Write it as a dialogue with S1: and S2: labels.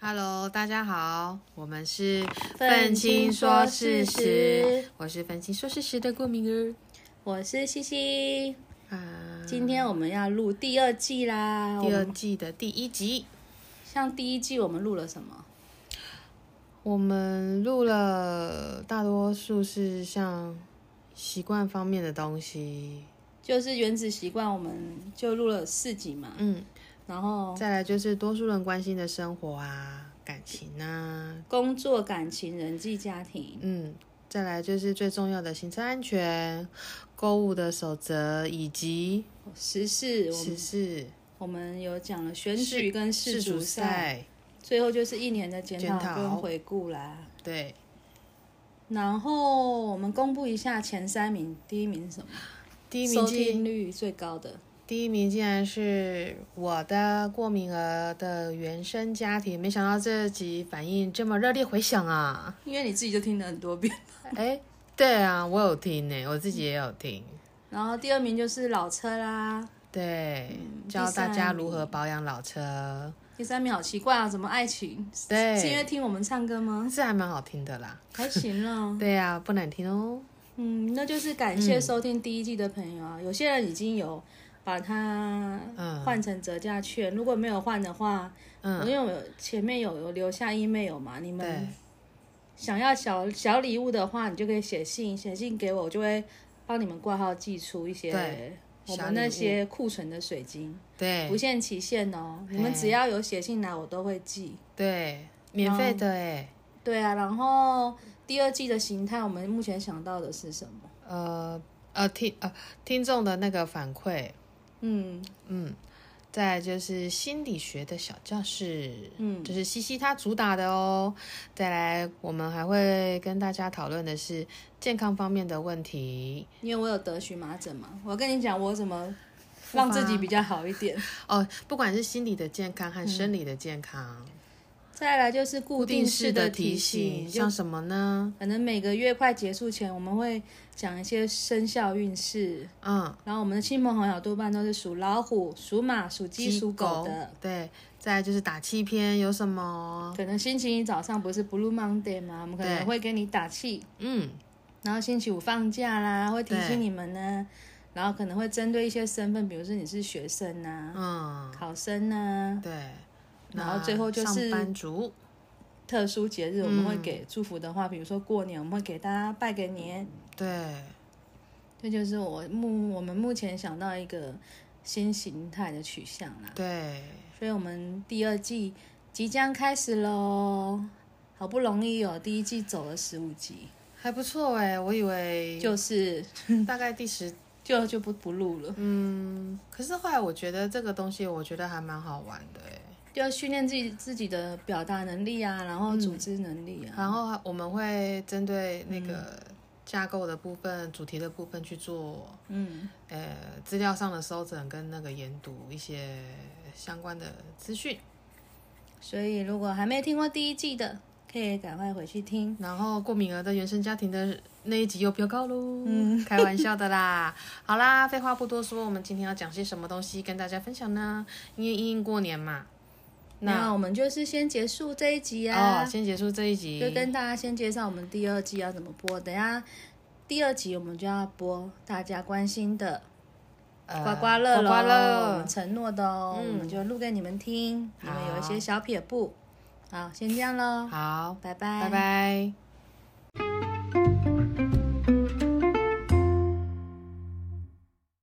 S1: Hello，大家好，我们是
S2: 愤青说事实，
S1: 我是愤青说事实的顾明儿
S2: 我是西西，
S1: 啊。
S2: 今天我们要录第嗯二季啦。
S1: 第
S2: 我
S1: 二
S2: 们
S1: 季的第一集，
S2: 像第一季我们录了什么？
S1: 我们录了大多数是像习惯方面的东西，
S2: 就是原子习惯，我们就录了四集嘛。
S1: 嗯，
S2: 然后
S1: 再来就是多数人关心的生活啊、感情啊，
S2: 工作、感情、人际、家庭，
S1: 嗯，再来就是最重要的行车安全、购物的守则以及
S2: 时事，我
S1: 时
S2: 们
S1: 事、
S2: 我们有讲了选举跟世
S1: 世
S2: 足
S1: 足
S2: 赛，
S1: 赛，
S2: 最后就是一年的检
S1: 检
S2: 讨
S1: 讨
S2: 跟回顾啦。
S1: 对。
S2: 然后我们公布一下前三名，第一名是什么？
S1: 第一
S2: 收
S1: 名竟
S2: 听率最高的。
S1: 第一名竟然是我的过敏儿的原生家庭，没想到这集反应这么热烈回响啊！
S2: 因为你自己就听了很多遍。
S1: 哎，对啊，我有听呢、我自己也有听。
S2: 然后第二名就是老车啦，
S1: 对，
S2: 嗯
S1: 教大家
S2: 第三名
S1: 如何保养老车，
S2: 第三名好奇怪啊，怎么爱情？
S1: 对
S2: 是因为听我们唱歌吗？
S1: 是还蛮好听的啦。
S2: 还行啦，
S1: 对啊，不难听哦。
S2: 嗯，那就是感谢收听第一季的朋友啊，有些人已经有把它
S1: 嗯
S2: 换成折价券，如果没有换的话，
S1: 嗯，
S2: 因为我有前面有有留下 email 嘛，你
S1: 对
S2: 们想要小小礼物的话，你就可以写信，写信给我，我就会帮你们挂号寄出一
S1: 对
S2: 些我
S1: 小
S2: 们那
S1: 礼物
S2: 些库存的水晶。不
S1: 对
S2: 限期限哦，你们只要有写信来，我都会寄。
S1: 对，免费的哎、
S2: 对啊，然后第二季的形态，我们目前想到的是什么？
S1: 呃呃听呃听众的那个反馈，
S2: 嗯，
S1: 嗯，再来就是心理学的小教室，
S2: 嗯
S1: 这是西西他主打的哦。再来，我们还会跟大家讨论的是健康方面的问题
S2: 因为我有得荨麻疹嘛，我跟你讲，我怎么让自己比较好一点。
S1: 哦，不管是心理的健康和生理的健康，
S2: 再来嗯就是固
S1: 固定
S2: 定式
S1: 式
S2: 的
S1: 的
S2: 提
S1: 提
S2: 醒，
S1: 醒，
S2: 就
S1: 像什么呢？
S2: 可能每个月快结束前，我们会讲一些生肖运势。
S1: 嗯，
S2: 然后我们的亲朋好友多半都是属老虎、属马、属鸡、属狗的。，
S1: 对。再来就是打气片有什么？
S2: 可能星期一早上不是 Blue Monday 吗？我们可
S1: 对
S2: 能会给你打气。
S1: 嗯，
S2: 然后星期五放假啦，会提
S1: 对
S2: 醒你们呢。然后可能会针对一些身份，比如说你是学生呐、
S1: 嗯，
S2: 考生呐、
S1: 对。
S2: 啊然后最后就
S1: 那
S2: 是
S1: 上班嗯族，
S2: 特殊节日，我们会给祝福的话，比如说过年，我们会给大家拜个年。
S1: 对，
S2: 这就是我目我们目前想到一个新形态的取向啦。
S1: 对，
S2: 所以我们第二季即将开始喽，好不容易哦，第一季走了十五集，
S1: 还不错哎，我以 为
S2: 就是
S1: 大概第十
S2: 就就不不录了，
S1: 嗯可是后来我觉得这个东西，我觉得还蛮好玩的哎。
S2: 就要训练自己自己的表达能力啊，然后组织能力啊。
S1: 然后我们会针对那个架构的部分、主题的部分去做，
S2: 嗯，
S1: 呃，资料上的搜整跟那个研读一些相关的资讯。嗯
S2: 所以如果还没听过第一季的，可以赶快回去听。
S1: 然后过敏儿的原生家庭的那一集又飙高喽，嗯，开玩笑的啦。 好啦，废话不多说，我们今天要讲些什么东西跟大家分享呢？因为因应过年嘛，
S2: 那我们就是先结束这一集
S1: 哦，
S2: 啊，
S1: 先结束这一集，
S2: 就跟大家先介绍我们第二季要怎么播。等一下第二集我们就要播大家关心的
S1: 呃
S2: 刮刮
S1: 刮
S2: 乐喽，
S1: 刮
S2: 我
S1: 乐
S2: 们，承诺的哦，
S1: 嗯
S2: 我们就录给你们听，你们有一些小撇步。好，先这样喽，
S1: 好，
S2: 拜拜，
S1: 拜。拜